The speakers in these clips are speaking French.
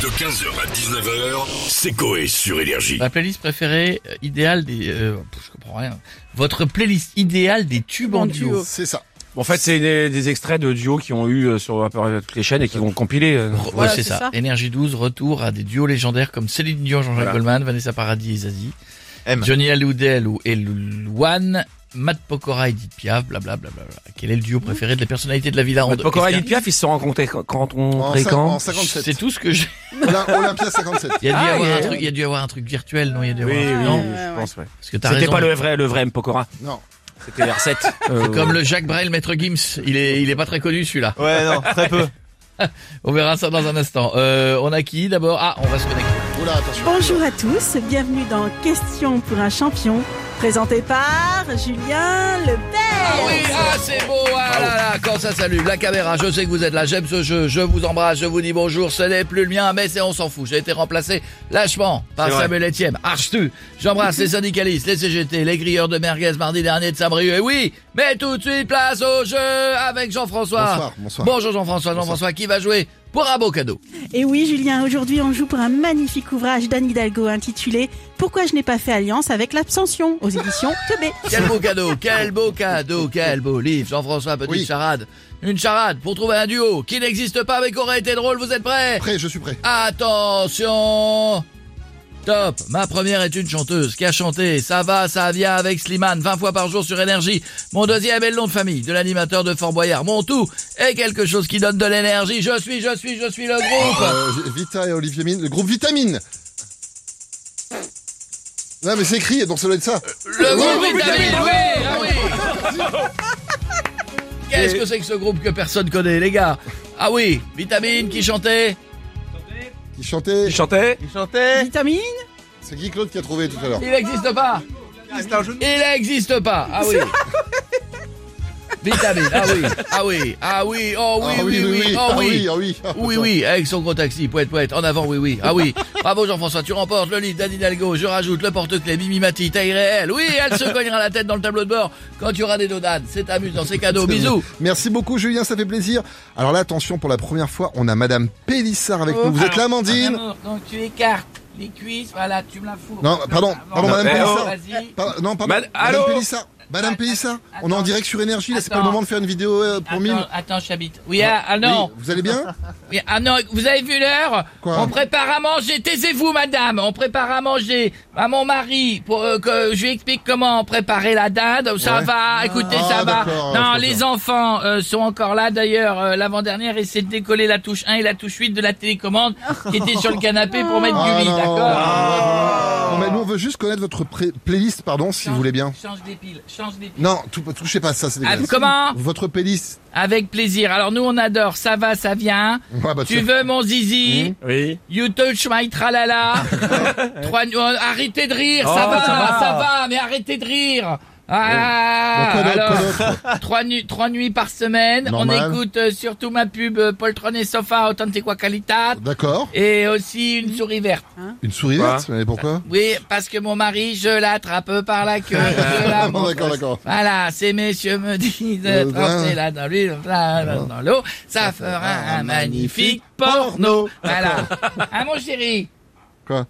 De 15h à 19h, c'est Coé sur Énergie. La playlist préférée euh, idéale des. euh, pff, je comprends rien. Votre playlist idéale des tubes en duo. C'est ça. En fait, c'est des, des extraits de duos qui ont eu euh, sur à peu près toutes les chaînes et qui vont compiler. euh. Re- Voilà, ouais, c'est c'est ça. ça. Énergie 12, retour à des duos légendaires comme Céline Dion, Jean-Jacques Voilà. Goldman, Vanessa Paradis et Zazie. M. Johnny Hallyday ou Elouane. Matt Pokora et Edith Piaf, blablabla. Quel est le duo préféré de la personnalité de la Villa Ronde Pokora et Oscar Edith Piaf, ils se sont rencontrés quand- quand on En, et cin- en quand 57. C'est tout ce que j'ai. Olym- Olympia 57. Il y a dû Ah, avoir il y a- un truc, il y a dû avoir un truc virtuel, non? Il y a dû Oui, avoir un oui, truc- non? Ouais, je ouais. pense. Ouais. Parce que t'as C'était raison. pas le vrai, le vrai M Pokora. Non. C'était les recettes. Euh, Comme le Jacques Brel, Maître Gims. Il est, il est pas très connu, celui-là. Ouais, non, très peu. On verra ça dans un instant. Euh, on a qui d'abord? Ah, on va se connecter. Oula, attention. Bonjour à tous, bienvenue dans Questions pour un champion, présenté par Julien Ah Lepers. oui, ah c'est beau, ah là là, quand ça s'allume, la caméra, je sais que vous êtes là, j'aime ce jeu, je vous embrasse, je vous dis bonjour, ce n'est plus le mien, mais c'est on s'en fout, j'ai été remplacé lâchement par C'est vrai. Samuel Etienne, arche-tu, j'embrasse les syndicalistes, les CGT, les grilleurs de merguez mardi dernier de Saint-Brieuc, et oui, mais tout de suite place au jeu avec Jean-François. Bonsoir, bonsoir. Bonjour Jean-François, Jean-François qui va jouer pour un beau cadeau. Et oui, Julien, aujourd'hui on joue pour un magnifique ouvrage d'Anne Hidalgo intitulé Pourquoi je n'ai pas fait alliance avec l'abstention aux éditions Teubé. Quel beau cadeau, quel beau cadeau, quel beau livre. Jean-François, petite Oui. charade. Une charade pour trouver un duo qui n'existe pas mais qui aurait été drôle, vous êtes prêts Prêt, je suis prêt. Attention Top Ma première est une chanteuse qui a chanté Ça va, ça vient avec Slimane 20 fois par jour sur énergie. Mon deuxième est le nom de famille de l'animateur de Fort Boyard. Mon tout est quelque chose qui donne de l'énergie. Je suis, je suis, je suis le groupe Euh, Vita et Olivier Mine, le groupe Vitamine. Non, mais c'est écrit, donc ça doit être ça. Le groupe Ouais, Vitamine, oui, ah oui Qu'est-ce que c'est que ce groupe que personne connaît, les gars Ah oui, Vitamine qui chantait Qui chantait. Ils chantaient. Il Euh. chantait. Vitamine C'est Guy Claude qui a trouvé tout à l'heure. Il n'existe pas C'était un jeu de Il n'existe pas. Ah oui. Vitamine. Ah oui. Ah oui. Ah oui. Oh oui, ah oui, oui. Oh ah oui. oui, ah oui. Ah, Oui, putain. oui, avec son gros taxi, poète, poète, en avant, oui, oui, ah oui. Bravo Jean-François, tu remportes le livre d'Anne Hidalgo, je rajoute le porte-clés, Mimi Mati, taille réelle. Oui, elle se cognera la tête dans le tableau de bord quand il y aura des donades. C'est amusant, c'est cadeau, bisous. Merci beaucoup, Julien, ça fait plaisir. Alors là, attention, pour la première fois, on a Madame Pélissard avec Oh. nous. Vous êtes là, Ah, Amandine donc tu écartes les cuisses, voilà, tu me la fous. Non, pardon, pardon, Non, Madame mais Pélissard. oh, Vas-y. Par- non, pardon. Mad- Allô Madame Pélissard. Madame Pélissard, on est en attends. direct sur Énergie, là, c'est pas le Attends. moment de faire une vidéo euh, pour mime. attends, j'habite. Oui, ah, ah non, Oui, vous allez bien Oui, ah non, vous avez vu l'heure Quoi On prépare à manger, taisez-vous madame, on prépare à manger à mon mari pour euh, que je lui explique comment préparer la dinde, ça Ouais. va, écoutez, Ah, ça va. d'accord, Non, je les comprends. enfants euh, sont encore là d'ailleurs, euh, l'avant-dernière essaie de décoller la touche 1 et la touche 8 de la télécommande qui était sur le canapé pour mettre Ah du lit, non. Ah, d'accord Non, mais nous, on veut juste connaître votre pré- playlist, pardon, si vous voulez bien. Change des piles, change des piles. Non, tou- touchez pas ça, c'est Ah, dégueulasse. comment Votre playlist. Avec plaisir. Alors nous on adore, ça va, ça vient. Ah, bah, Tu tiens. veux mon zizi Hmm? Oui. You touch my tralala. Trois nu- oh, arrêtez de rire, ça, Oh, va, ça ça va, va. mais arrêtez de rire. Bon, Ah, quoi d'autre, alors, quoi d'autre trois, nu- trois nuits par semaine. Normal. On écoute euh, surtout ma pub euh, Poltron et Sofa Authentiqua Qualitat. D'accord. Et aussi une souris verte. Une souris verte, mais pourquoi Oui, parce que mon mari, je l'attrape par la queue. je la Ah, bon, monte. D'accord, d'accord. Voilà, ces messieurs me disent Euh, de ben. tremper là dans l'huile, Ah. là, là, dans l'eau, ça fera un magnifique porno. Voilà. Ah mon chéri. Quoi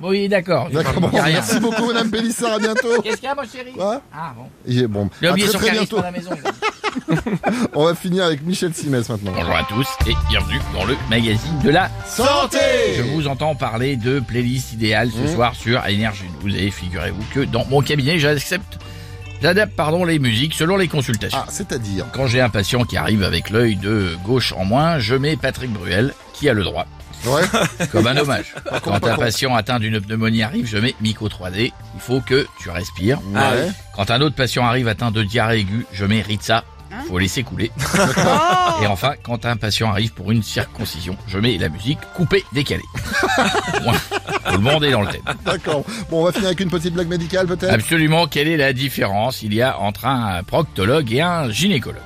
Oui, d'accord. D'accord, bon, Y a rien. merci beaucoup, Madame Pélissard, à bientôt. Qu'est-ce qu'il y a, mon chéri Quoi Ah bon. Il est bon. J'ai À oublié très son très charisme bientôt. à la maison. On va finir avec Michel Simès maintenant. Bonjour à tous et bienvenue dans le magazine de la Je Santé vous entends parler de playlist idéale ce Mmh. soir sur Énergie 12 et figurez-vous que dans mon cabinet, j'accepte, j'adapte pardon les musiques selon les consultations. Ah, c'est-à-dire Quand j'ai un patient qui arrive avec l'œil de gauche en moins, je mets Patrick Bruel qui a le droit. Ouais. Comme un hommage. Quand pas un con. patient atteint d'une pneumonie arrive, je mets Mico 3D. Il faut que tu respires. Ah Ouais. Quand un autre patient arrive atteint de diarrhée aiguë, je mets Ritza. Faut laisser couler. Oh. Et enfin, quand un patient arrive pour une circoncision, je mets la musique coupée, décalée. Voilà. Tout le monde est dans le thème. D'accord. Bon, on va finir avec une petite blague médicale peut-être Absolument, quelle est la différence il y a entre un proctologue et un gynécologue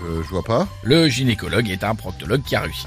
Euh, Je vois pas. Le gynécologue est un proctologue qui a réussi.